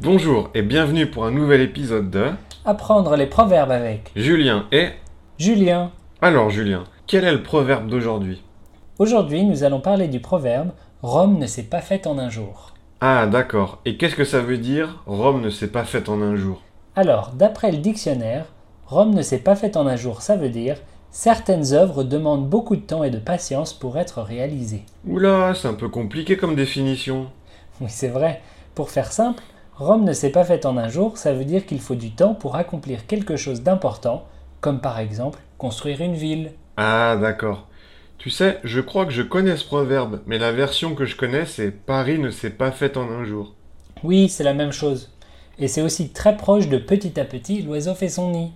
Bonjour et bienvenue pour un nouvel épisode de Apprendre les proverbes avec Julien et... Julien. Alors Julien, quel est le proverbe d'aujourd'hui Aujourd'hui, nous allons parler du proverbe Rome ne s'est pas faite en un jour. Ah d'accord, et qu'est-ce que ça veut dire Rome ne s'est pas faite en un jour Alors, d'après le dictionnaire, Rome ne s'est pas faite en un jour, ça veut dire certaines œuvres demandent beaucoup de temps et de patience pour être réalisées. Oula, c'est un peu compliqué comme définition. Oui, c'est vrai. Pour faire simple, Rome ne s'est pas faite en un jour, ça veut dire qu'il faut du temps pour accomplir quelque chose d'important, comme par exemple construire une ville. Ah d'accord. Tu sais, je crois que je connais ce proverbe, mais la version que je connais c'est Paris ne s'est pas faite en un jour. Oui, c'est la même chose. Et c'est aussi très proche de petit à petit, l'oiseau fait son nid.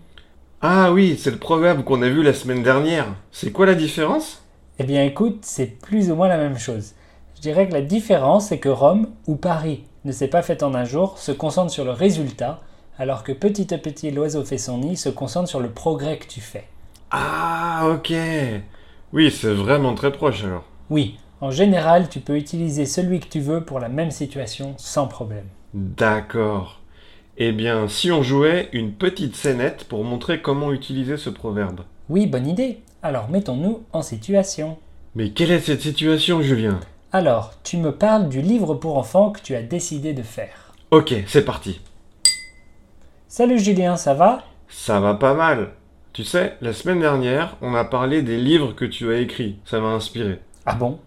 Ah oui, c'est le proverbe qu'on a vu la semaine dernière. C'est quoi la différence Eh bien écoute, c'est plus ou moins la même chose. Je dirais que la différence, c'est que Rome, ou Paris, ne s'est pas faite en un jour, se concentre sur le résultat, alors que petit à petit l'oiseau fait son nid, se concentre sur le progrès que tu fais. Ah ok. Oui, c'est vraiment très proche alors. Oui, en général, tu peux utiliser celui que tu veux pour la même situation sans problème. D'accord. Eh bien, si on jouait une petite scénette pour montrer comment utiliser ce proverbe. Oui, bonne idée. Alors mettons-nous en situation. Mais quelle est cette situation, Julien Alors, tu me parles du livre pour enfants que tu as décidé de faire. Ok, c'est parti. Salut Julien, ça va Ça va pas mal. Tu sais, la semaine dernière, on a parlé des livres que tu as écrits. Ça m'a inspiré. Ah bon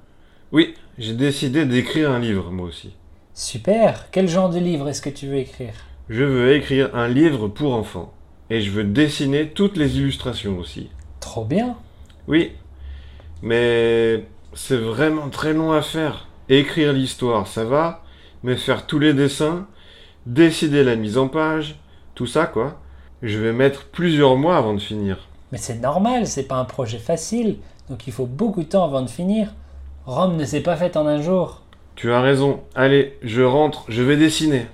Oui, j'ai décidé d'écrire un livre, moi aussi. Super Quel genre de livre est-ce que tu veux écrire Je veux écrire un livre pour enfants. Et je veux dessiner toutes les illustrations aussi. Trop bien Oui, mais c'est vraiment très long à faire. Écrire l'histoire, ça va, mais faire tous les dessins, décider la mise en page, tout ça quoi. Je vais mettre plusieurs mois avant de finir. Mais c'est normal, c'est pas un projet facile, donc il faut beaucoup de temps avant de finir. Rome ne s'est pas faite en un jour. Tu as raison. Allez, je rentre, je vais dessiner.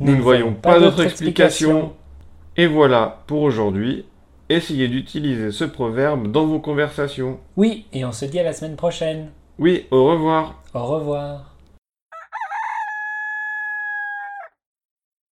Nous ne voyons pas d'autre explication. Et voilà pour aujourd'hui. Essayez d'utiliser ce proverbe dans vos conversations. Oui, et on se dit à la semaine prochaine. Oui, au revoir. Au revoir.